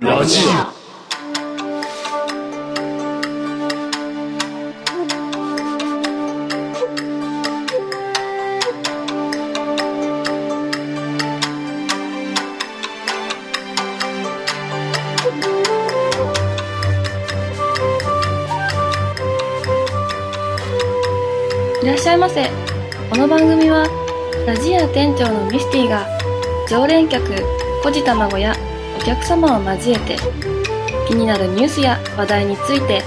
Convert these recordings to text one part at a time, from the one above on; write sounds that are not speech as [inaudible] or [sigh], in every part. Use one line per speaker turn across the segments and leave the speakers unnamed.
ラジ
いらっしゃいませこの番組はラジア店長のミスティが常連客コジ卵やお客様を交えて気になるニュースや話題について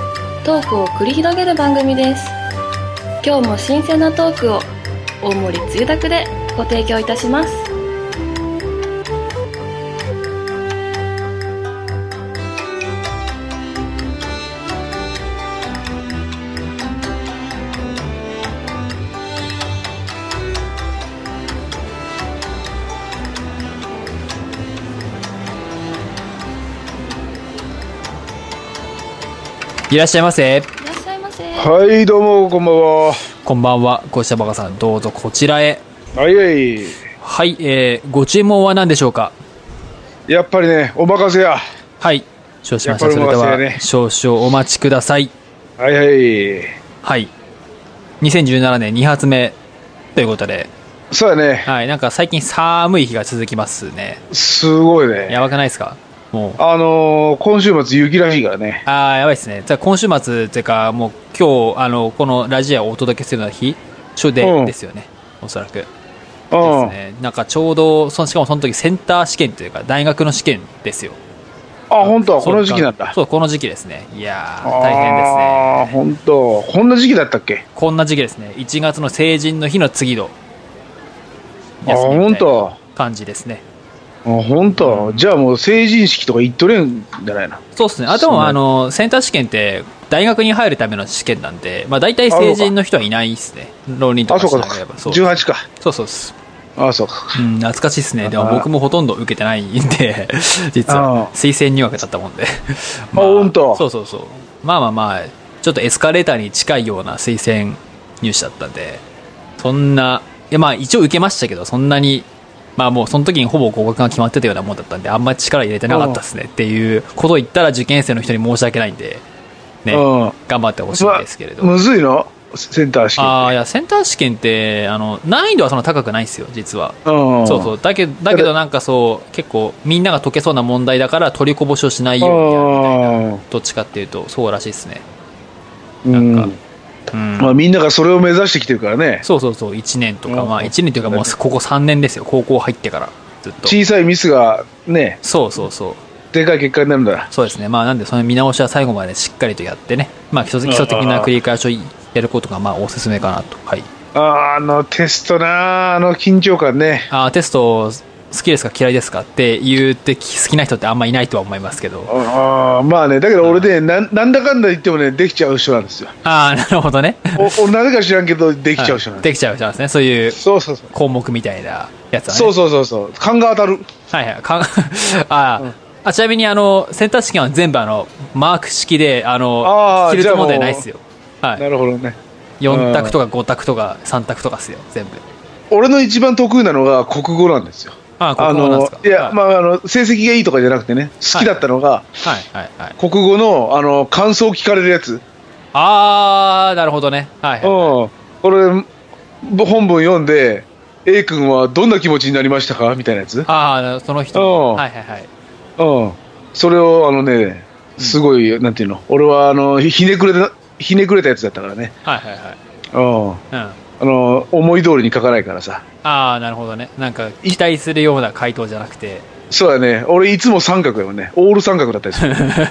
トークを繰り広げる番組です今日も新鮮なトークを大盛りつゆだくでご提供いたします
いらっしゃいませ。
いらっしゃいませ
はい、どうも、こんばんは。
こんばんは。こうしたバカさん、どうぞこちらへ。
はいはい。
はい、えー、ご注文は何でしょうか
やっぱりね、お任せや。
はい。承知しまし
い
た。
や
それ
これも
で
忘れ
は、
ね
少々お待ちください。
はいはい。
はい。2017年2発目ということで、
そうだね。
はい、なんか最近寒い日が続きますね。
すごいね。
やばくないですかもう。
あのー、今週末雪らしいからね。
あー、やばいですね。じゃあ今週末っていうか、もう今日、あの、このラジオをお届けするような日、初で
うん
ですよね。おそらく。
う
で
ん。
すね。なんかちょうど、そのしかもその時センター試験というか、大学の試験ですよ。
あ、本当は
そ
こ
う
の時期なんだ。
そう、この時期ですね。いやー、大変です
ああ
ね。
本当。こんな時期だったっけ
こんな時期ですね。1月の成人の日の次の
あ、
休みみ
本
たいな
当。
感じですね。
あ、本当。じゃあもう成人式とか行っとれんじゃないな。
そうですね。あと
そう
も、
ね
あの、センター試験って、大学に入るための試験なんで、まあ大体成人の人はいないですね。浪人と
あ、
か
そう
しな
か
け
そ
れ
うか
ば。。そうそう
18か。
そうです。
あ、そうか。
うん、懐かしいですね。で
あ
も
ー
僕もほとんど受けてないんで、 [laughs] 実
あー
は、推薦入学だったもんで。ま
ほんと
そうそうそう。まあまあまあ、ちょっとエスカレーターに近いような推薦入試だったんで、そんな、いやまあ一応受けましたけど、そんなに、まあもうその時にほぼ合格が決まってたようなもんだったんで、あんまり力入れてなかったですねっていうことを言ったら受験生の人に申し訳ないんで、ね、
うん
頑張ってほしいんですけれど。
むずいのセンター試験。
ああ、いや、センター試験って、あの、難易度はそんな高くないんですよ、実は。
うん。
そうそう。だけど、だけどなんかそう、結構みんなが解けそうな問題だから取りこぼしをしないようにやるみたいな。
あ
どっちかっていうと、そうらしいですね。
あ。うん
なんかうん。
まあみんながそれを目指してきてるからね。
そうそうそう、1年とか、
うん
まあ1年というかもうここ3年ですよ、高校入ってから、ずっと。
小さいミスがね、
そうそうそう。
でかい結果になるんだ。
そうですね。まあなんでその見直しは最後までしっかりとやってね、まあ基礎基礎的な繰り返しをやることがまあおすすめかなと。はい。
あああのテストなあ、あの緊張感ね。
あーテスト好きですか嫌いですかって言って好きな人ってあんまいないとは思いますけど。
ああまあね、だけど俺ね、なんなんだかんだ言ってもね、できちゃう人なんですよ。
ああ、なるほどね。
お、おなぜか知らんけど、できちゃう人なんです
できちゃう人なんですね。そういう
そうそうそう。
項目みたいなやつはね。
そうそうそうそう。勘が当たる。
はいはい。かん [laughs] あー、あ、ちなみにあの、センター試験は全部あの、マーク式で、あの、
あー
比率問
じゃあもう
題ないっすよ。は。
ないるほどね。
4択とか5択とか3択とかっすよ、全部。
俺の一番得意なのが国語なんですよ。
あー、ここはなんですか
あのいや、
はい
まあ、あの成績がいいとかじゃなくてね、好きだったのが、
はいはいはい。
国語のあの感想を聞かれるやつ、
あー、なるほどね。はいはい。
うん、これ、本文読んで、A 君はどんな気持ちになりましたかみたいなやつ、うん、
あー、その人
うん
の。はいはいはい。
それをあのね、すごい、なんていうの、俺はあのひひねくれたひねくれたやつだったからね、
はいはいはい。
うん、あ
うん。
の思い通りに書かないからさ、
あー、なるほどね。なんか、期待するような回答じゃなくて。
そうだね、俺、いつも三角だよね、オール三角だったりする。
[laughs]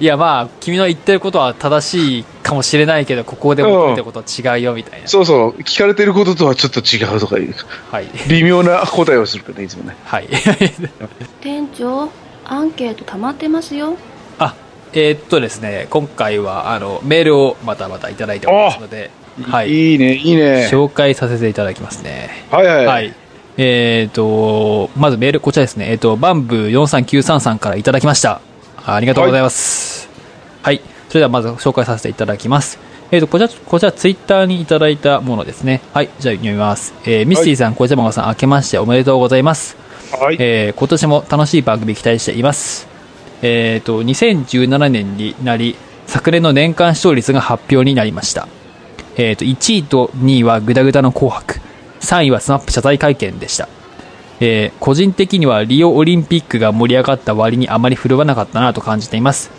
いやまあ君の言ってることは正しいかもしれないけどここで求めてることは違うよみたいな、
そうそう、聞かれてることとはちょっと違うとかいう、
はい
微妙な答えをするからね、いつもね。
はい [laughs]
店長アンケート溜まってますよ
あえーっとですね今回はあのメールをまたまたいただいておりますので、はい、
いいね、いいね。
紹介させていただきますね
はいはい。
はいえーっとまずメールこちらですねえーっとバンブー43933さんからいただきましたありがとうございますはい、それではまず紹介させていただきますえー、とこちら、こちらツイッターにいただいたものですね。はい、じゃあ読みます。えー、ミスティさん、小島さん、明けましておめでとうございます。
はい。
えー今年も楽しい番組期待しています。えー、と2017年になり昨年の年間視聴率が発表になりました、えー、と1位と2位はグダグダの紅白3位はスマップ謝罪会見でした、えー個人的にはリオオリンピックが盛り上がった割にあまり振るわなかったなと感じています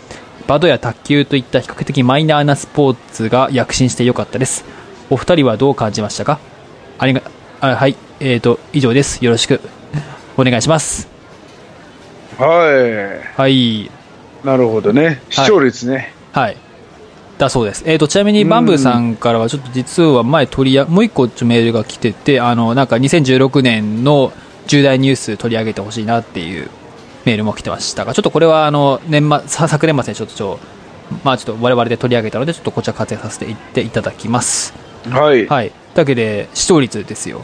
バドや卓球といった比較的マイナーなスポーツが躍進してよかったですお二人はどう感じましたかありがあはいえー、と以上ですよろしくお願いします
は
はい
い。なるほどね。視聴率ね。
はい。だそうです。えっ、と、ちなみに、
うん
バンブーさんからは、ちょっと実は前取りや、もう一個ちょメールが来てて、あの、なんか2016年の重大ニュース取り上げてほしいなっていうメールも来てましたが、ちょっとこれは、あの、年末、さ昨年末にちょっとちょ、まあちょっと我々で取り上げたので、ちょっとこちら活躍させていっていただきます。
はい。
はい。だけで、視聴率ですよ。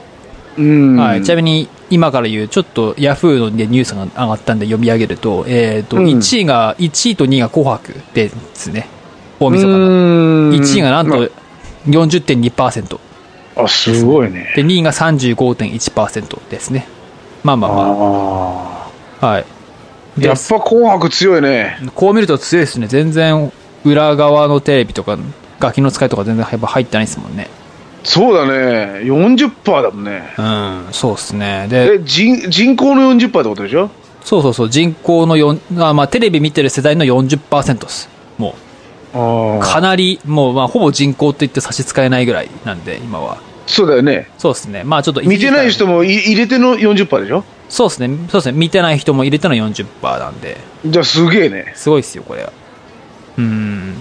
うん。
はい、ちなみに今から言うちょっとヤフーのでニュースが上がったんで読み上げると,、えーと
うん
1位が1位と2位が「紅白」ですね大晦日の
うん
1位がなんと40.2%
あ、すごいね。
で2位が35.1%ですねまあまあま
あ
あはい
あ。やっぱ紅白強いね。
こう見ると強いですね全然裏側のテレビとか楽器の使いとか全然やっぱ入ってないですもんね
そうだね。40%だもんね。
うんそうですねで
え、人人口の40%ってことでしょ
そうそうそう人口の4あ、まあ、テレビ見てる世代の40%ですもう
ああ。
かなり、もう、まあ、ほぼ人口といって差し支えないぐらいなんで、今は。
そうだよね。
そうですね。まあ、ちょっと一時
見
期
て
から
ない人もい入れての40%でしょ
そうですね。そうですね。見てない人も入れたの40%なんで、
じゃあすげえね。
すごいですよ、これは。うん。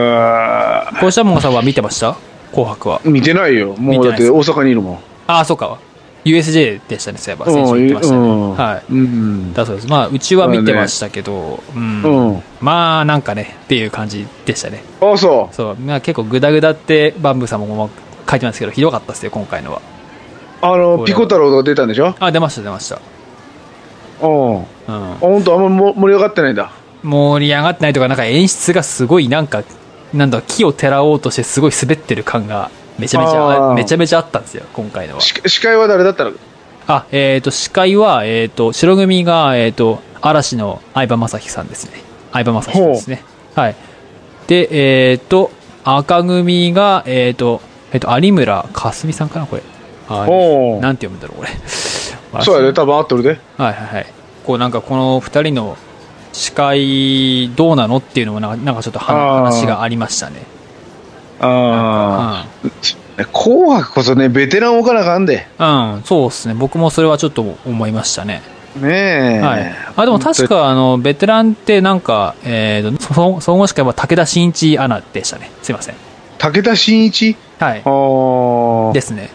あ
こうしたもんさんは見てました紅白は
あ。。見てないよ。もうだって大阪にいるもん。
ああ、そうか。USJ でしたね、そういえば。先週言ってましたね。
うん
はい。
うん。
だそうです。まあ、うちは見てましたけど、うん。
うん。
まあ、なんかね、っていう感じでしたね。
あ、そ
そう。まあ、結構グダグダって、バンブーさんも書いてますけど、ひどかったですよ、今回のは。
う。あの、ピコ太郎が出たんでしょ
あ、出ました、出ました。
う
う
ん。あ、
ん。
本当あんまも盛り上がってないんだ。
盛り上がってないとか、なんか演出がすごい、なんか、なんだろう、木をてらおうとしてすごい滑ってる感が、めちゃめち
あ
ゃ、
ー
めちゃめちゃあったんですよ、今回のは。
し司会は誰だったの
あ、えっ、と、司会は、えっ、と、白組が、えっ、と、嵐の相葉雅紀さんですね。相葉雅紀さんですね。はい。で、えっ、と、赤組が、えっ、と、えっ、と、有村架純さんかな、これ。あ
おー
なんて読むんだろう、これ。 [laughs]
そうやね、多分合ってるで。
はいはいはい。こうなんかこの二人の司会どうなのっていうのもなんかなんかちょっとは
あー
話がありましたね。う
ああ。紅白こそね、ベテラン置かなあかんで。
ん、うん、そうですね。僕もそれはちょっと思いましたね。
ねえ。
はい。あ、でも確かあの、ベテランってなんか、えーと、そ総合司会は武田真一アナでしたね。すいません。
武田真一
はい
あ。あ。
ですね。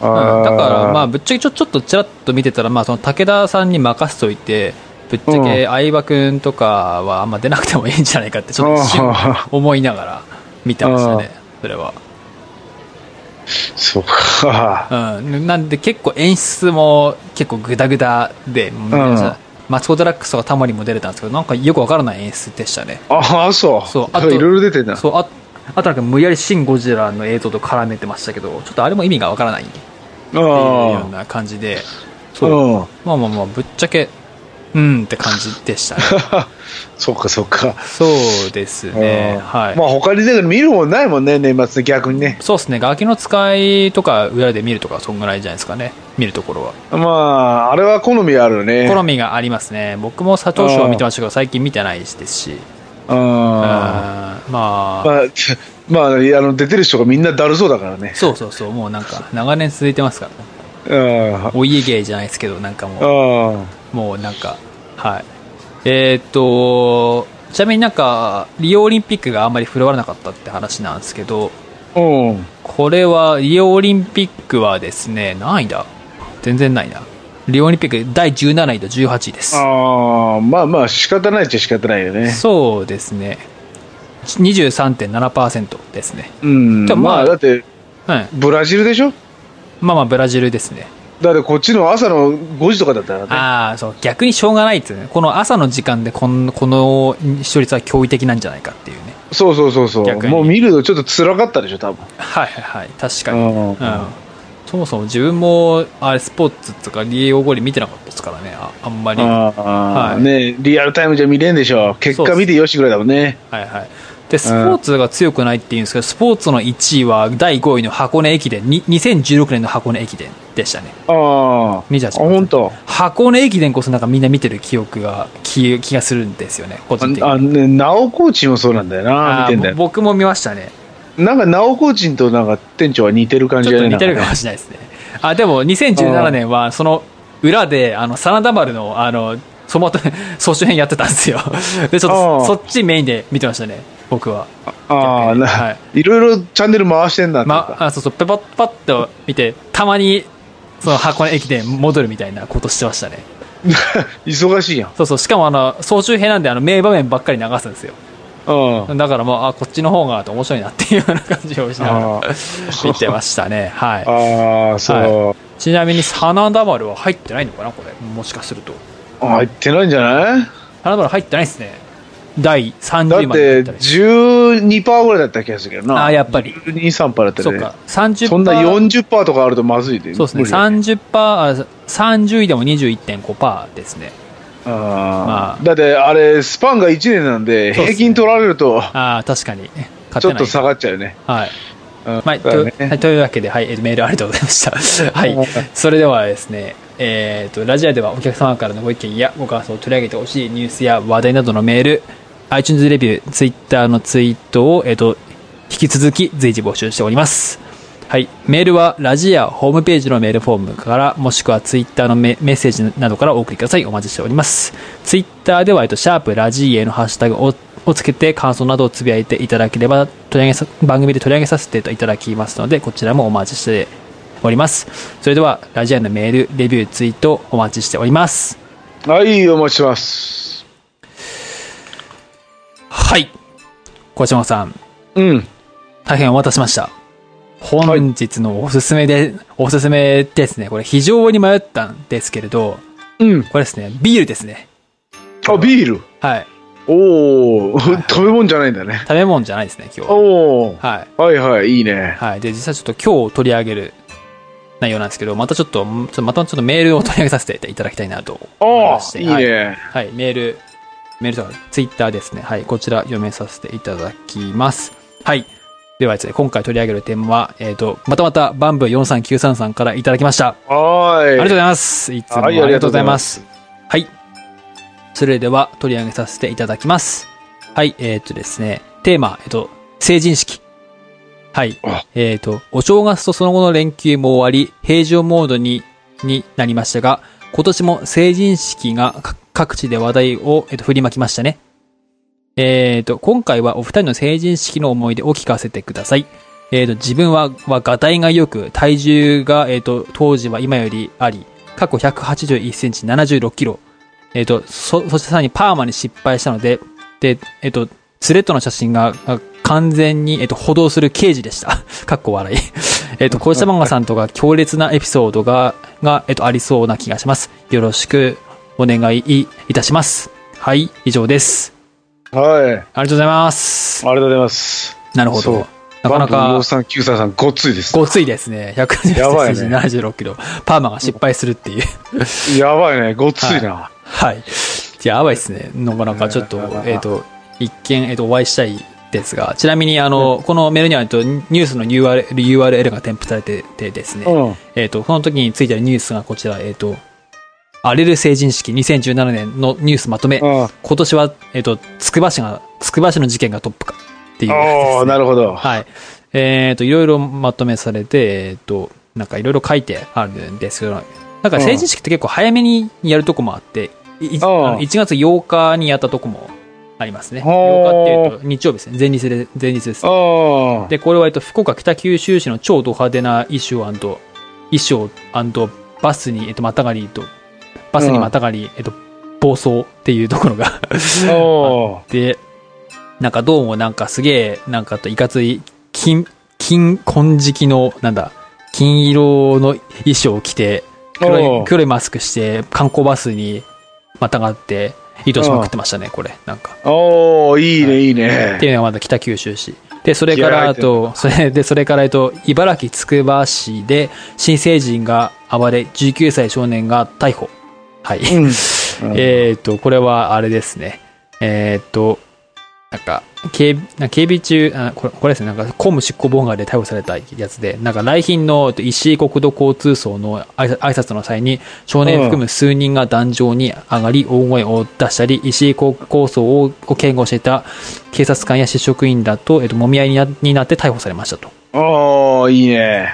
あ
うん、
ー
だから、まあ、、ぶっちゃけちょちょっとちらっと見てたら、まあ、その武田さんに任せといて、ぶっちゃけ相葉君とかはあんま出なくてもいいんじゃないかって、ちょっと一瞬
あ
思いながら見てましたね、それは。
そうか。
うん、なんで結構演出も結構グダグダで、マツコ・デラックスとかタモリも出れたんですけど、なんかよくわからない演出でしたね。
ああ、そう。
そうあ
あ
と
といろいろ出てんな。
そうああとなんか無理やり「シン・ゴジラ」の映像と絡めてましたけどちょっとあれも意味がわからないって
あ
いう
あ
よう。な感じでそう
うん。
まあまあまあぶっちゃけうんって感じでしたね
[laughs] そうか、そうか。
そうですね
うん
はい、
まあ他にだけど見るもんないもんね、年末逆にね。
そうですね楽器の使いとか裏で見るとかそんぐらいじゃないですかね見るところは
まあ、あれは好みあるよね。
好みがありますね僕も佐藤賞は見てましたけど最近見てないですしうん
あ
まあ
あ。まあ、つまあ、あの出てる人がみんなだるそうだからね。
そうそうそうもうなんか長年続いてますからね
うん。
お家芸じゃないですけどなんかもう
うん
もうなんか、はい。えーっと、ちなみになんか、リオオリンピックがあんまり振るわなかったって話なんですけど、
うん。
これは、リオオリンピックはですね、何位だ全然ないな。リオオリンピック第17位と18位です。
ああ、まあまあ、仕方ないっちゃ仕方ないよね。
そうですね。23.7%ですね。
うん
で。もまあ
まあ、だって、
はい。
ブラジルでしょ
まあまあ、ブラジルですね。
だってこっちの朝の5時とかだったらね。
ああ、そう、逆にしょうがないっていうね。この朝の時間でこの、この視聴率は驚異的なんじゃないかっていうね。
そうそうそうそう。
逆に
もう見るのちょっと辛かったでしょ、多分。
はいはいはい。確かに。
うん
うんそもそも自分もあれスポーツとか利用後に見てなかったですからねああんまりは
ああ、
はい
ねリアルタイムじゃ見れんでしょ結果見てよしぐらいだもんね
いはいでスポーツが強くないっていうんですけどスポーツの1位は第5位の箱根駅伝に2016年の箱根駅伝でしたね
ああ
28
あ本当
箱根駅伝こそなんかみんな見てる記憶が気気がするんですよね個人的
ああ
に
ねなおコーチもそうなんだよな見
あ
てんだ
ーぼ
よ
僕も見ましたね
なんかなおコーチとなんか店長は似てる感じ
ちょ
じ
っ
ゃ
と
な
似
い
てるか
なん
もしれないですね。あ、でも2017年はその裏で、あの、真田丸の、あの、その後、 [laughs] 総集編やってたんですよ。 [laughs] で、ちょっ
あ
と
ー
そっちメインで見てましたね、僕は。
ああな、、
はい
ろいろチャンネル回してんなっていう
ま
か、、
あ、そうそう、ペパッパッと見て、たまに、その箱根駅伝戻るみたいなことしてましたね。
[laughs] 忙しいやん
そうそう、しかもあの、総集編なんで、あの、名場面ばっかり流すんですよ。
うん
だからもう、あ、こっちの方が面白いなっていうような感じをしながら
あ
[laughs]
ー
見てましたね。はい。
ああそう、
ちなみに真田丸は入ってないのかなこれもしかすると
入ってないんじゃない
真田丸入ってないですね第
だ
30位
っ
まで入
て
ってない
12%ぐらいだった気がするけどな
あーやっぱり
12%だった
そう
ね
か30
そんな40%とかあるとまずいで
そうですね
無理だ
30パーあ30位でも21.5パーですね
あー
まあ
だってあれスパンが1年なんで
そうっすね
平均取られると
ああ確かに
ち
勝
ょ
て
っ
な
と
い
下がっちゃうよね
はい、
うん
まあ
だ
と
ね
はいというわけで、はい、えーメールありがとうございました、 [laughs] は
はい
い、それではですねえー、とラジオではお客様からのご意見やご感想を取り上げてほしいニュースや話題などのメール iTunes レビュー Twitter のツイートを、えー、と引き続き随時募集しておりますはい、メールはラジアホームページのメールフォームからもしくはツイッターのメメッセージなどからお送りくださいお待ちしておりますツイッターでは、えっと、シャープラジエのハッシュタグををつけて感想などをつぶやいていただければ取り上げさ番組で取り上げさせていただきますのでこちらもお待ちしておりますそれではラジアのメールレビューツイートお待ちしております
はいお待ちしてます
はい小島さん
うん
大変お待たせしました。本日のおすすめで、おすすめですね。これ非常に迷ったんですけれど、
うん
これですね、ビールですね。
あビール
はい。
おお食べ物じゃないんだね
食べ物じゃないですね、今日。
おお
はい。
はいはいいいね
はい。で、実はちょっと今日取り上げる内容なんですけど、またちょっと、んちょっとまたちょっとメールを取り上げさせていただきたいなと思い
あ
まして。
あいい
はい
ね
はい、メール、メールとか、ツイッターですね。はい、こちら読めさせていただきます。はい。ではですね、今回取り上げる点は、えっ、と、またまた、バンブー43933さんからいただきました。
はー
あ
い
りがとうございます。いつもありがとうございます。はい。それでは取り上げさせていただきます。はい、えっ、とですね、テーマ、えっ、と、成人式。はい
あ。
えっ、と、お正月とその後の連休も終わり、平常モードに、になりましたが、今年も成人式が各各地で話題を、えっと振りまきましたね。えっ、と、今回はお二人の成人式の思い出を聞かせてください。えーと、自分は、は、がたいが良く、体重が、えっ、と、当時は今よりあり、過去181センチ76キロ。えっ、と、そ、そしてさらにパーマに失敗したので、で、えっ、と、スレッドの写真が、あ完全に、えっ、と、歩動する刑事でした。 [laughs] かっこ笑い。えっ、と、こうした漫画さんとか強烈なエピソードが、が、えっ、と、ありそうな気がします。よろしく、お願いいいたします。はい、以上です。
はいあ
あ
り
りがとうございます。
がとうございます
なるほ
そ
ど
う。
なかな
バンブ
か
ー、4393さんごっついです
ごついですね。
やば
180
い
セ
ね
ンチ、76キロ。パーマが失敗するっていう。
やばいねごっついな
はい。やばいですね。なかなかちょっと、えっ、と、一見、えっ、と、お会いしたいですが、ちなみに、あの、このメールには、えっと、ニュースの URL, URL が添付されててですね、
うん
えっ、と、この時についてるニュースがこちら、えっ、と、荒れる成人式2017年のニュースまとめ、
うん
今年は、えっ、と、つくば市が、つくば市の事件がトップかっていうやつですね、
ああなるほど
はい。えっ、と、いろいろまとめされて、えっ、と、なんかいろいろ書いてあるんですけど、なんか成人式って結構早めにやるとこもあって、いい
ああ
あの1月8日にやったとこもありますね。
ほう
8日っていうと日曜日ですね。前日で、前日です。
ああ
で、これはえっと、福岡北九州市の超ド派手な衣装衣装バスに、えっと、またがりと、バスにまたがり、えっと、暴走っていうところが
お
で、なんかどうもなんかすげえ、なんかといかつい、金、金、金色の、なんだ、金色の衣装を着て、黒
お
い、
う
黒いマスクして、観光バスにまたがって、移動しまくってましたね、これ、なんか。
ーおーいいねいい
ってい
ね
うのがまだ北九州市。で、それから、あ
気
と、
合入
それで、それから、えっと、茨城つくば市で、新成人が暴れ、19歳少年が逮捕。はい。
うん
[laughs] えーっと、これはあれですね。えーっと、なんか、警備なんか警備中、あこれこれですね、なんか公務執行妨害で逮捕されたやつで、なんか来賓のえっと石井国土交通省の挨拶挨拶の際に、少年含む数人が壇上に上がり、大声を出したり、石井国交省をを警護していた警察官や市職員だと、えっと、揉み合いになになって逮捕されましたと。
ああ、いいね。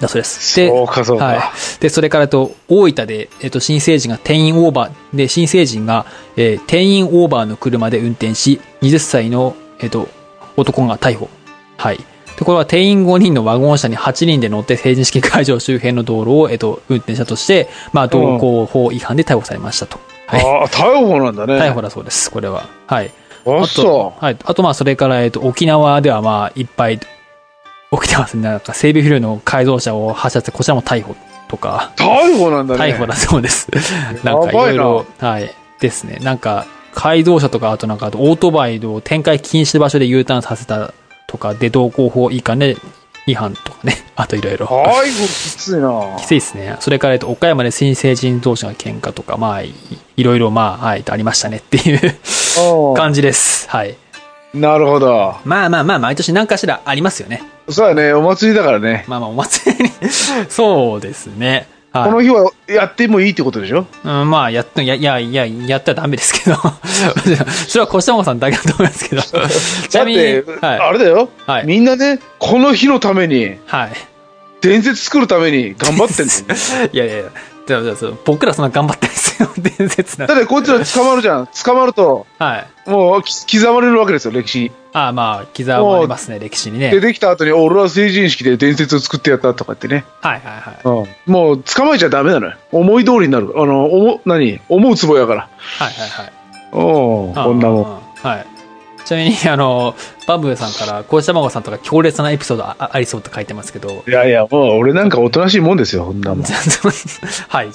だそうです。で、
そうかそうか
はい。で、それから、えっと、大分で、えっと、新成人が定員オーバー、で、新成人が、えー定員オーバーの車で運転し、20歳の、えっと、男が逮捕。はい。で、これは定員5人のワゴン車に8人で乗って成人式会場周辺の道路を、えっと、運転したとして、まあ、道交法違反で逮捕されましたと。はい。
ああ、逮捕なんだね。
逮捕だそうです、これは。はい。
あ
あと
そ、
はい。あと、まあ、それから、えっと、沖縄では、まあ、いっぱい起きてますね。なんか、整備不良の改造車を発射して、こちらも逮捕とか、
う。逮捕なんだね。
逮捕だそうです。なんか、いろいろ、はい。ですね。なんか、改造車とか、あとなんか、あとオートバイを展開禁止の場所で U ターンさせたとか、で、道交法違反で、違反とかね。 [laughs] あと、いろいろ。
逮捕きついな。
きついですね。それから、えっと、岡山で新成人同士が喧嘩とか、まあ、いいろいろ、まあ、はい、ありましたねっていう
うん
[laughs] 感じです。はい。
なるほど。
まあまあまあ、毎年何かしらありますよね。
そうやね、お祭りだからね。
まあまあ、お祭りに。そうですね。はい
この日はやってもいいってことでしょ
うん、まあ、やっと、いや、いや、いや、やったらダメですけど。 [laughs] それは、こしもさんだけだと思い
[laughs]
ますけど。ち
だ
な
っ
みに、
て、あ
はい。
れだよ、
はい
みんなね、この日のために、
はい。
伝説作るために頑
[laughs]
張ってんの。
いやいやいや、でもでもそう僕らそんな頑張ってないですよ。 [laughs] 伝説な
だ。ってこいつら捕まるじゃん。捕まると、
はい。
もうき刻まれるわけですよ、歴史に。
ああ、まあ、刻まれますね、歴史にね。
で、できた後に、俺は成人式で伝説を作ってやったとかってね。
はいはいはい。
もう捕まえちゃダメなのよ。思い通りになる。あの、思、何思うツボやから。
はいはいはい。
お
あー
こんなもん。
はい。ちなみに、あの、バブーさんから、こうしたまごさんとか強烈なエピソードああありそうって書いてますけど、
いやいや、もう俺なんかおとなしいもんですよ、こんなも
[laughs]
ん。
はい、じゃ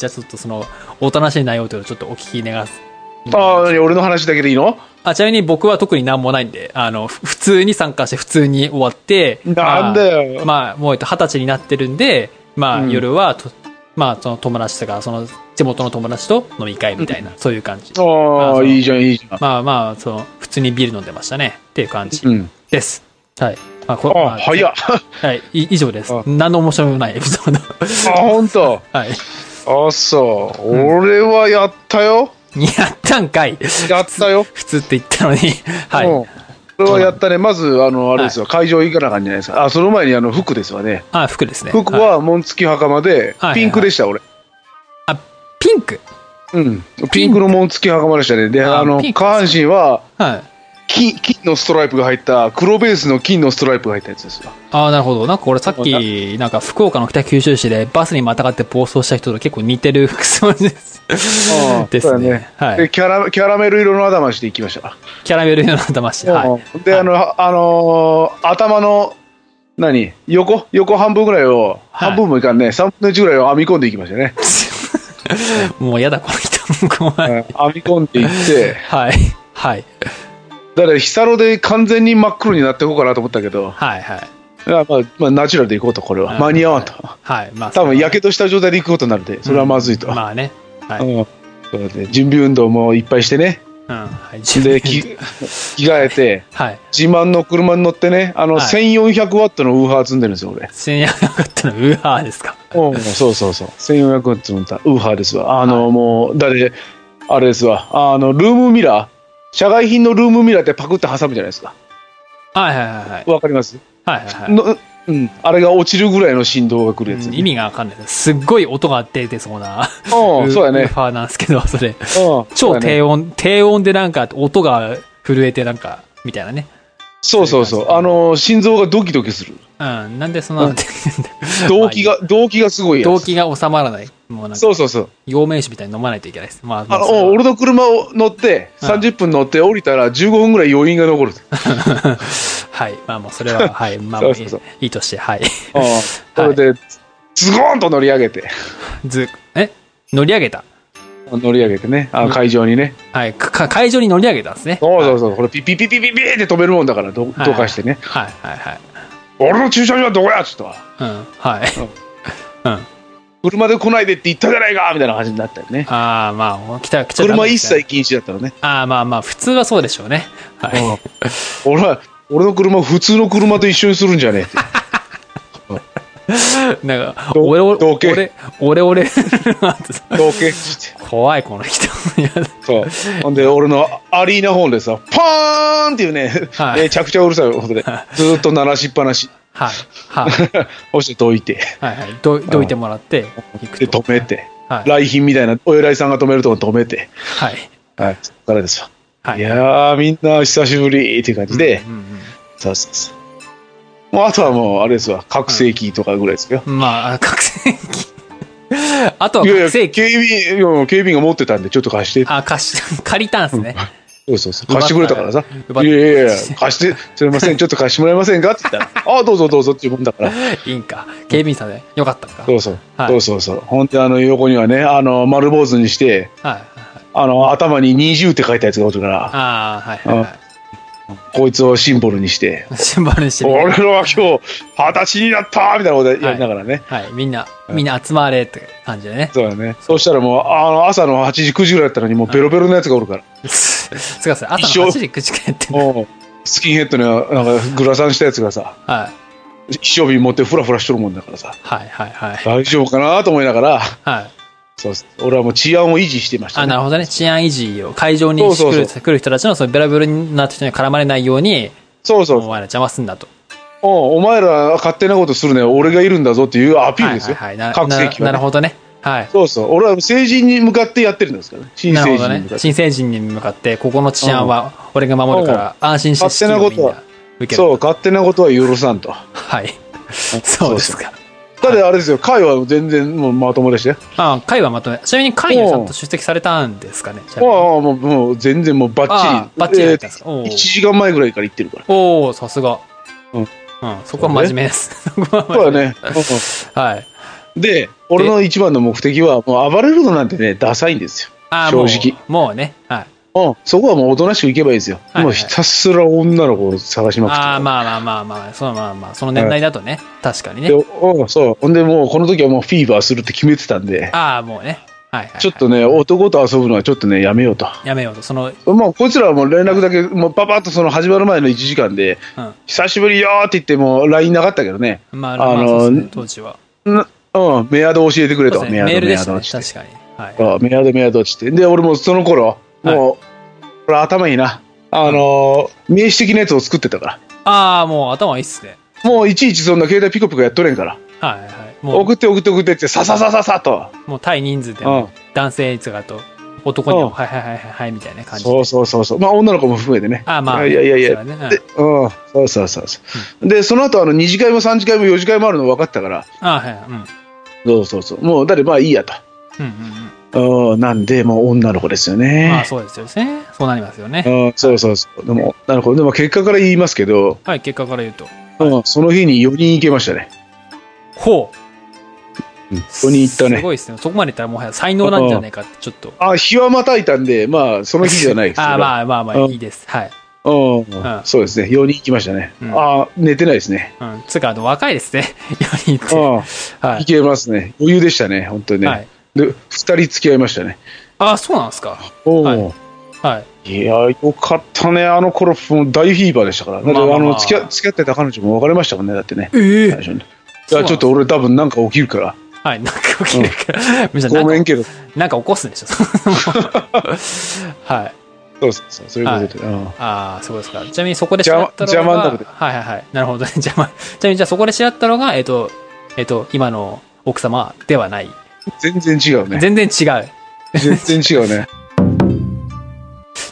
あちょっとその、おとなしい内容というのをちょっとお聞き願います。
ああ、何俺の話だけでいいの
あ、ちなみに僕は特になんもないんで、あの、ふ普通に参加して普通に終わって、
なんだよ
まあ、まあ、もうえっと二十歳になってるんで、まあ、
うん
夜はと、まあ、その友達とか、その地元の友達と飲み会みたいな、そういう感じ。あ
あ
そ
あ、
う
いいじゃん、いいじゃん。
まあまあ、その、普通にビール飲んでましたね、っていう感じ
うん。
です。はい。まあ、こま
あ、早っ。 [laughs]
はい、い以上です
あ。
何の面白みもないエピソード。
あ、ほんと。
はい。 [laughs]
あ、そう。俺はやったよ。
やったんかい。
やったよ。
普通って言ったのに。 [laughs] はい。
うん。それはやったね。まず、あの、あれですよ。会場行かなあかんじゃないですか。あ、その前に、あの、服ですわね。
あ、服ですね。
服
い
は、紋付き袴で
は、い
ピンクでした、俺。
あ、ピンク。
うん。ピンクの紋付き袴でしたね。で、
あ
あの
ピン、ク
下半身は、
はい。
金、金のストライプが入った、黒ベースの金のストライプが入ったやつですわ。
あーなるほど。なんか俺さっ
そう
き、なんか福岡の北九州市でバスにまたがって暴走した人と結構似てる服装です。 [laughs] です
そうだ
ね。は
で
い。
キャラ、キャラメル色の頭していきました。
キャラメル色の頭して。はい。
うんで、あの、あのー頭の、何横横半分ぐらいを、
はい
半分もいかんね、3分の1ぐらいを編み込んでいきましたね。
もうやだ、この人。怖
うん
い。
編み込んでいって、
はい。はい。
だから、ヒサロで完全に真っ黒になっていこうかなと思ったけど、
はい。はい。
まあ、まあ、ナチュラルでいこうと、これは。間に合わんと。
はい。まあ、
多分、やけどした状態でいくことになるで、それはまずいと。
まあね。はい。
うんそうだね準備運動もいっぱいしてね。
うん。はい。[laughs]
[laughs] で、き着替えて、
はい。
自慢の車に乗ってね、あの、
はい
1400ワットのウーハー積んでるんですよ、俺。
千円なかったの、ウーハーですか。
うん、そうそうそう。1400ワットのウーハーですわ。あの、もう、だって、あれですわ。あの、ルームミラー。社外品のルームミラーってパクって挟むじゃないですか。
はいはいはいはい。
わかります、
はいはいは
のうん。あれが落ちるぐらいの振動が来るやつ。
い。意味がわかんないです。すっごい音が出てそうな。
うん、そうや
ウー
ね。
ファーなんですけど、それ。
うん、そう
超
やね
低音、低音でなんか音が震えてなんか、みたいなね。
そうそうそう。あの、心臓がドキドキする。
うん。なんでその、 [laughs]
うん動機が、動機がすごいやつ。
動機が収まらない。もうなんか、
そうそうそう。
陽明酒みたいに飲まないといけないです。まあ、ま
あ
あ
の、
それは
俺の車を乗って、
うん
30分乗って降りたら15分ぐらい余韻が残る。
[laughs] はい。まあもうそれは、
[laughs]
はい。まあ
そうそうそう
いいとして、はい。 [laughs]
うんそれで、ズゴーンと乗り上げて。
ず、え乗り上げた。
乗り上げてね、あ
うん
会場にね。
はい、かか会場に乗り上げたんですね。
そうそうそう、これピピピピピピって飛べるもんだから、どど
はいう
かしてね。
はいはいはい。
俺の駐車場はどこやっつったわ。
うん、はい。
車で来ないでって言ったじゃないかみたいな感じになったよね。
ああ、まあ、来た、来ちゃダメ
車
で
一
すね
切禁止だったのね。
ああ、まあまあ、普通はそうでしょうね。はい。
俺は、俺の車を普通の車と一緒にするんじゃねえって。
なんか、
ど
俺、俺
同系、
俺、俺、俺、 [laughs]
同系っつって。
怖い、この人。
そう。ほんで、俺のアリーナホーンでさ、パーンっていうね、
はい
めちゃくちゃうるさい音で、ずーっと鳴らしっぱなし、
はい。はい。
[laughs] 押してどいて、
はいはい。ど、どいてもらって、行く
で、
と。
止めて、
はい。
来賓みたいな、お偉いさんが止めるとこ止めて、
はい。
はい、そっからですわ。、
はい
やー、みんな久しぶりっていう感じで、
うんうん
そうそうそう。もうあとはもう、あれですわ、拡声器とかぐらいですよ。
まあ、覚醒器。 [laughs] あとはい
や
覚
いや、
醒
警
器。
備員、いや警備員が持ってたんで、ちょっと貸して。
あ、貸し、借りたんですね。
そうそうそう。
奪っ
貸
た
してくれたからさ。
奪っ
いやいやいや、貸して、すみません、ちょっと貸してもらえませんかって言ったら、ああ、どうぞどうぞっていうもんだから。
いいんか。警備員さんで。よかったんか。
そうそう。
はい
そうそうそう。ほんで、あの、横にはね、あの、丸坊主にして、
はいはいはい。
あの、頭に20って書いたやつがおるから、
ああ、はいはいは
こいつをシンボルにして、
い。シンバルにしてみんな
俺らは今日、二十歳になったみたいなことやりながらね。
はい。みんな、みんな集まれって感じで
[laughs]
ね。
そうだね。そうしたらもう、あの、朝の8時、9時ぐらいだったのに、もうベロベロのやつがおるから。
すいません。朝
一緒
の8時、9時からやってんの。
もう、スキンヘッドの、なんか、グラサンしたやつがさ、
はい。
一生瓶持ってフラフラしとるもんだからさ、
はいはいはい。
大丈夫かなと思いながら、
はい。
そうそう俺はもう治安を維持してました、
あ、な
ね。
るほどね。治安維持を会場に
そう
来
そうそう
る来る人たちの、そのベラベラになった人に絡まれないように、
そうそ
お
う。
前ら邪魔すんだと。
おお前ら勝手なことするね。俺がいるんだぞっていうアピールですよ。
はいはいはい。な
拡声器はね
ななるほどね。はい。
そうそう。俺は成人に向かってやってるんですからね。新
なる
成
ほど
人に
ね
向か。って。
新成人に向かって、ここの治安は俺が守るから、安心して
勝手なことは
指揮をみんな受ける。
そう、勝手なことは許さんと。
はい。 [laughs] そうですか。
ただあれですよ、会は全然もうまともでしたよ。
あ、会はまとめ。ちなみに会にはちゃんと出席されたんですかね。ちなみに
ああ、もう、もう全然もうバッ
あ
チリ。
バッチリだ
え
ったんですかおう
ー1時間前ぐらいから行ってるから。
おおさすが。
うん
うん。そこは真面目です。 [laughs] そこは
そ
真
う
面
だね。
目。はい。
で、俺の一番の目的は、もう暴れるのなんてね、ダサいんですよ。
あー
正直
もう。もうね。はい。
うん、そこはもうおとなしく行けばいいですよ。
はいはい
もうひたすら女の子を探しまくって。
ああ、まあまあまあまあ、そうまあまあ、その年代だとね、確かに
で
ね。
おそう。ほんで、もうこの時はもうフィーバーするって決めてたんで、
ああ、もうね。はいはいはい、
ちょっとね、男と遊ぶのはちょっとね、やめようと。
やめようと、その、
もうこいつらはもう連絡だけ、もうパパッとその始まる前の1時間で、
うん。
久しぶりよーって言って、もう LINE なかったけどね、
まあ、
あ
まあ、
の
そうですね、当時は。
なうん、メアド教えてくれ
そ
と、
うです
メ
ね
ア
メー
ド、
ル
メ
で
ア
した
ド
ね、
っつって。
確かに。はい。
そうメアド、メアドっつって。で、俺もその頃、もう、これ頭いいな。あのー、名刺的なやつを作ってたか
ああ、もう頭いいっすね。
ら。もういちいちそんな携帯ピコピコやっとれんから。
はいはい。も
送って送って送ってって、さささささと。
う、もう対人数で、
うん
男性いつがと、男に
う
も、
ん
はいはいはいはいはい、みたいな感じで。
そうそうそうそう。まあ女の子も含めてね。
ああ、まあ、
いやいやい
それは
や。
ねうん
で、うん、そうそうそうそう。で、その後、あの、2次会も3次会も4次会もあるの分かったから、
ああ、はい、うん。うん
そうそうそう。もう、だってまあいいやと。
うんうん。
うん、なんで、もう女の子ですよね。
まあ、そうですよね。そうなりますよね。
うん、そうそうそう。でも、なるほど。でも結果から言いますけど、
はい、結果から言うと。
うん、その日に4人行けましたね。
ほう。
4人行った
す
ね。
ごいですね。そこまでいったら、もはや才能なんじゃないかって、ちょっと。
あ、日はまたいたんで、まあ、その日じゃないですけど。
ああ、まあまあまあ、
うん
いいです。はい。
うん
ん
そうですね。4人行きましたね。
うん
あ寝てないですね。
うん。つうか、あの、若いですね。4人っ
う
て。
ん、
は
行
い。
けますね。余裕でしたね、本当にね。
はい
で、2人付き合いましたね。
ああ、そうなんですか。
おお、
はいい、はい。
や、よかったね。あの頃、もう大フィーバーでしたから。だって、
まあまあ
あ
まあ
の付き合、付き合ってた彼女も別れましたもんね、だってね。
え
最初に。いや、ちょっと俺多分なんか起きるから。
はい、なんか起きるから。むしろな
ご
んか
めんけど。
なんか起こすんでしょ。はい。
そうそうそう、そういうことで。うん
ああ、そうですか。ちなみにそこで知
邪
らった
魔
のが。
邪魔になるで
はいはいはい。なるほどね。邪魔。ちなみにじゃあそこで知らったのが、えっ、と、えっ、と、今の奥様ではない。
全然違うね。
全然違う。
全然違うね。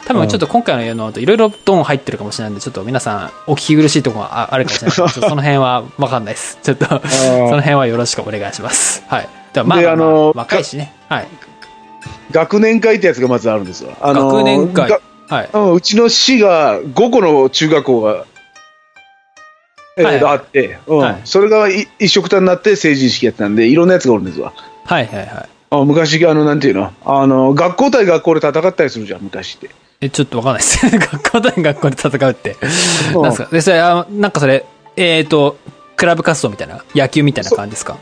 多分ちょっと今回ののといろいろドン入ってるかもしれないんで、ちょっと皆さんお聞き苦しいところがああるかもしれない
[laughs]
ちょっとその辺はわかんないです。ちょっと、その辺はよろしくお願いします。はい。ではまあ
で
まあまあ
あの
若いしね。はい。
学年会ってやつがまずあるんですよ。あの
学年会
が。
はい。
うんうちの市が5個の中学校が、えー
はいはい
あって、うん
はい
それがい一緒くたになって成人式やってたんで、いろんなやつがおるんですわ。
はいはいはい。
あ昔、あの、なんていうのあの、学校対学校で戦ったりするじゃん、昔って。
え、ちょっとわかんないです。 [laughs] 学校対学校で戦うって。
うん
なんすかで、それ、あなんかそれ、えっ、と、クラブ活動みたいな、野球みたいな感じですか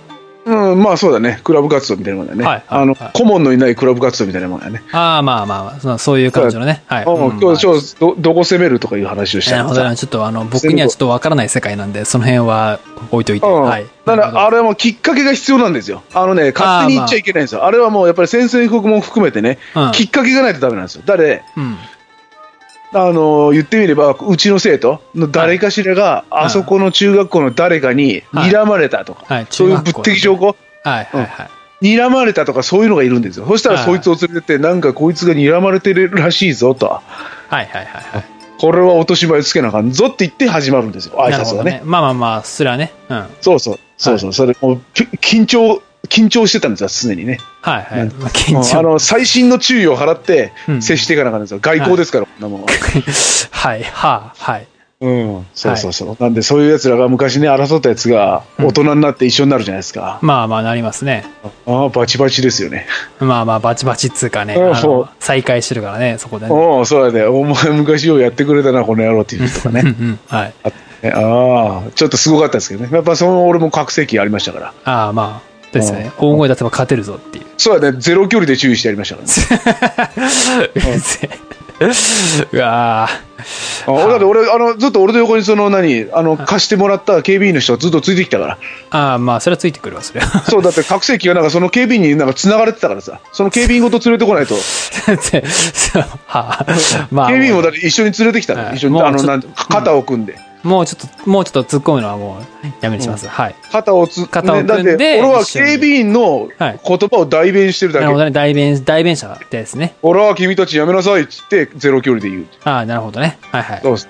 うん、まあそうだね。クラブ活動みたいなもんだよね。
はいはい
あの、
はい
顧問のいないクラブ活動みたいなもんだよね。
ああ、まあまあまあその、そういう感じのね。はい。
う、
うんん
今
ま
日、
あ
今日ど、どこ攻めるとかいう話をした
なるほど
さ
な。ちょっとあの、僕にはちょっとわからない世界なんで、その辺は置いといて。
うん
はい。
だ
な
か
るほど
ら、あれもきっかけが必要なんですよ。あのね、勝手に言っちゃいけないんですよ。あれはもう、やっぱり先生被告も含めてね、
うん
きっかけがないとダメなんですよ。誰、
うん。
あの、言ってみれば、うちの生徒の誰かしらが、
い
あそこの中学校の誰かに睨まれたとか、
はい
そういう物的証拠、
はいはいはい。
睨まれたとかそういうのがいるんですよ。そしたら、そいつを連れてって、なんかこいつが睨まれてるらしいぞと。
はいはいはいはい。
これは落とし前つけなあかんぞって言って始まるんですよ、挨
なるほ
拶
ど
がね。
ね。まあまあまあ、それはね。うん。はい
そうそう、そうそう、それもうき緊張、緊張してたんですよ、常にね。
[laughs] はい。
うん
まあ緊
[laughs] もうあ
張。
の細心の注意を払って
うん
接していかなあかんですよ、外交ですから、こんなもん。
はい、はあ、はい。
うん、そうそうそう、なんでそういうやつらが昔ね、争ったやつが大人になって一緒になるじゃないですか、
まあまあ、なりますね。
ああ、バチバチですよね。
まあまあ、バチバチっつうかね、
うん
あ
そ
の
う
再開してるからね、そこでね。
おお、そうやで、お前、昔ようやってくれたな、この野郎っていうとか
うんう
ね。
ん、はい。
あってねああ、ちょっとすごかったですけどね、やっぱその俺も覚醒器ありましたから、
ああ、まあ、ですよね。大声出せば勝てるぞっていう。
そうやね、ゼロ距離で注意してやりましたからね。
うるせ [laughs] えうわ
あ俺だって俺あのずっと俺の横にその何あの貸してもらった警備員の人がずっとついてきたから
あああ、まあ、それはついてくるわ、それは。
そうだって拡声器がなんかその警備員になんか繋がれてたからさその警備員ごと連れてこないと警
そうはあ、 [laughs] まあ、
備員もだって一緒に連れてきたの、
はい
一緒
もう
にあの
ちょ
なんて肩を組んで、
もうちょっと、もうちょっと突っ込むのはもう、やめにします。はい。
肩をつ
肩を組んで
だって俺は
一緒に
警備員の
はい
言葉を代弁してるだ
なる
け、
ほどね。代弁、代弁者ですね。
俺は君たちやめなさいっつってゼロ距離で言う
ああ、なるほどね。はいはい。
そうす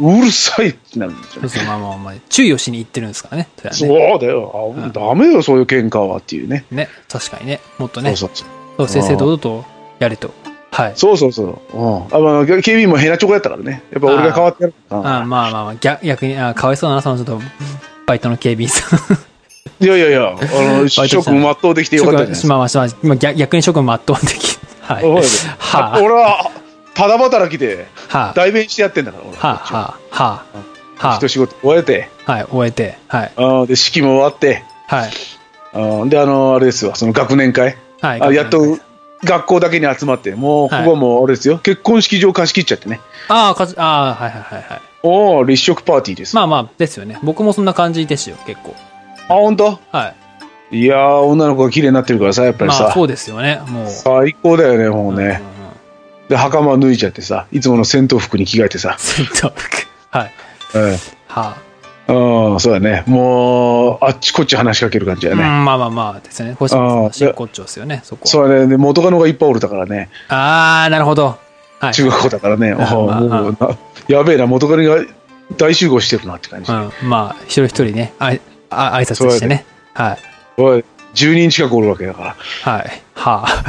うんうるさいってなるんですよ
そ
ね
うそう、まあまあまあ、注意をしに行ってるんですからね。それは
そう
ね。
だよ、あダメよそういう喧嘩はっていうね
ね、確かにね。もっとね、
そうそうそう
そう、正々堂々とやれと。はい。
そうそうそう。うん。あまあ、警備員もヘナチョコやったからね。やっぱ俺が変わってやるからな
あまあまあまあ、逆逆に、あかわいそうだな、そのちょっと、バイトの警備員さん。
いやいやいや、あの、
したね
職務全うできてよかったじゃないです
ま
か。
あまあまあ、まあ逆逆に職務全うでき。はい。
おい
はあ、
俺は、ただ働きで、
はあ、
代弁してやってんだから、俺。
はあ、はあ、はあ、は
一仕事終えて、
あ、はい、終えて、はい、
あで、式も終わって、
はい、
あで、あの、あれですわ、その学年会。
はい。
あやっと、学校だけに集まって、もう、こ
はい
こはもう、あれですよ、結婚式場貸し切っちゃってね。
ああ、かつ、ああ、はいはいはいはい。
おお、立食パーティーです。
まあまあ、ですよね。僕もそんな感じですよ、結構。
あ、本当
はい。
いやー、女の子が綺麗になってるからさ、やっぱり
まあ、
さ
そ。うですよね、もう。
最高だよね、もうね。
うんうんうん
で、袴脱いじゃってさ、いつもの戦闘服に着替えてさ。
戦闘服。はい。
うん。
は
うん、そうだね。もう、あっちこっち話しかける感じ
あ、
だね。
うんまあまあまあですよね。星野さんの真骨頂ですよね、そこは。
そうだね。で元カノがいっぱいおるだからね。
ああ、なるほど。はい。
中学校だからね。
あ
おう
まあ
もうなやべえな、元カノが大集合してるなって感じ。
うん、まあ、一人一人ね、あいあ挨拶してね。はい。
おい、10人近くおるわけだから。
はい。 [laughs] はあ。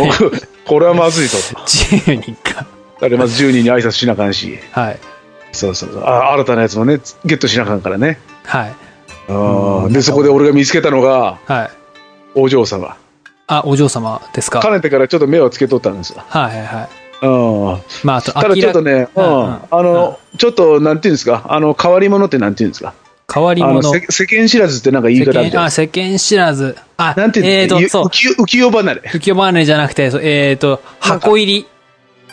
僕、これはまずいぞ。
[laughs] 10人か。
だってまず10人に挨拶しなあかんし。
はい。
そうそうそうあ。新たなやつもね、ゲットしなあかんからね。
はい。
うんで、そこで俺が見つけたのが、
はい。
お嬢様。
あ、お嬢様ですか。
か
はい
ねてからちょっと目をつけとったんですよ。
はいはい。
うん。
まあ、あと、
ただちょっと
明
ね、
う
う
ん
ん
うん
あの、ちょっとなんていうんですか、あの変わり者ってなんていうんですか、
変わり
あの
者。
せ世間知らずってなんか言い方ある
世
じゃ
間
ない
あ
です
世間知らず。あ
か、、なんてい
え
う
っ
ん
と、
ですか、
そう
浮。世浮世離れ、
浮世離れじゃなくて、そうえっと、
なんか
箱入り、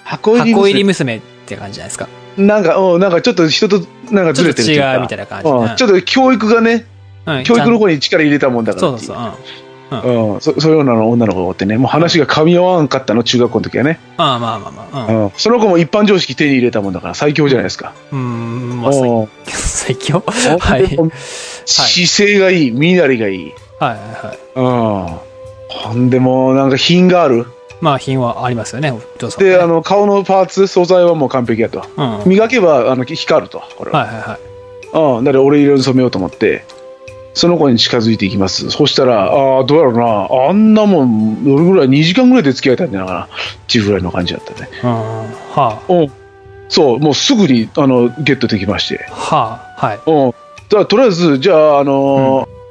箱入り
箱
娘
入り娘って感じじゃないですか。
なんか、うん、なんかちょっと人となんかずれてるっていう
ちょっと違
か
うみたいな感じ
うんちょっと教育がね、
うん
教育の方に力入れたもんだ
ちゃん
か
そ
ら
う
ってい
そうそう。
う。
うん。
うん、そそういうような女の子がおってね、もう話が噛み合わんかったの、中学校の時はね、
まあまあまあまあ。
うん、その子も一般常識手に入れたもんだから、最強じゃないですか、
うん。うん、まあ、最
うん
最 [laughs] 強。はい。はい
でも姿勢がいい、身なりがいい、
はいはい。
うん、ほんでもうなんか品がある、
まあ、品はありますよね、お嬢様。
で、あ、の、顔のパーツ、素材はもう完璧やと。
うん。はい
磨けば、あの、光ると。これ
は
は。
いはい。
うん。だから俺色に染めようと思って、その子に近づいていきます。そしたら、ああ、どうやろうな。あんなもん、どれぐらい、2時間ぐらいで付き合えたんじゃないかな。っていうぐらいの感じだったね。
うん。は
うん。そう、もうすぐに、あの、ゲットできまして
あ、。はあ、はい。
うん。だからとりあえず、じゃあ、あのー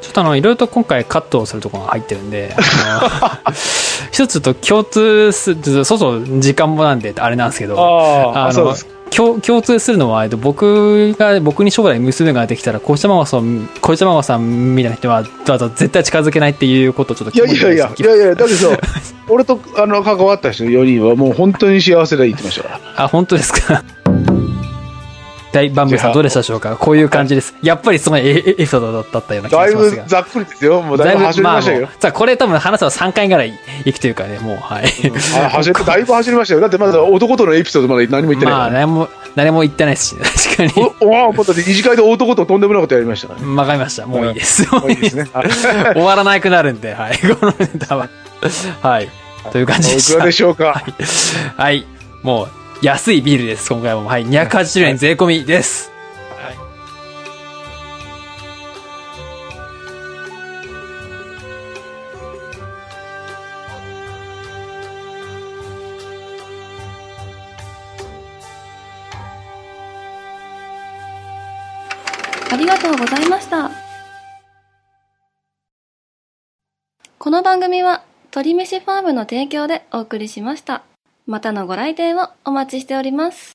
ちょっとあのいろいろと今回カットをするところが入ってるんであ
[laughs]
の一つちょっと共通すそうそう時間もなんであれなんですけど
あ
あ
あ、そう
の
です。
共共通するのはえっと僕が僕に将来娘ができたらこうしたままさんこうしたままさんみたいな人はわざ絶対近づけないっていうことをちょっと
いやいやいや、いやいや、だけど、 [laughs] 俺とあの関わった人4人はもう本当に幸せだ言ってまし
[laughs]
たから。
あ本当ですか [laughs] 大バンブー
じ
さ
ゃ
ん
あ
どうでしたでしょうかこういう感じですやっぱりすごいエエピソードだったような気
だ
が
い
しま
ぶ
すが
ざっくりですよ。もうだいぶ走りましたよ
も。うさあこれ多分話すの3回ぐらい行くというかねもうはい、
あ走りだいぶ走りましたよ。だってまだ男とのエピソードまだ何も言ってない
ま
か
あ
らね。
何も何も言ってないですし確かに
おおおまた二次会で男ととんでもないことやりましたから [laughs] ね。
わかりましたもういいです
もういいですね。 [laughs] はい
[laughs] 終わらなくなるんで、はい。 [laughs] このネタは。はい。という感じで
おい
し
くら
た
で。しょうか。
はい。もう、安いビールです、今回も。はい。280円税込みです。はい。
ありがとうございました。この番組は鳥飯ファームの提供でお送りしました。またのご来店をお待ちしております。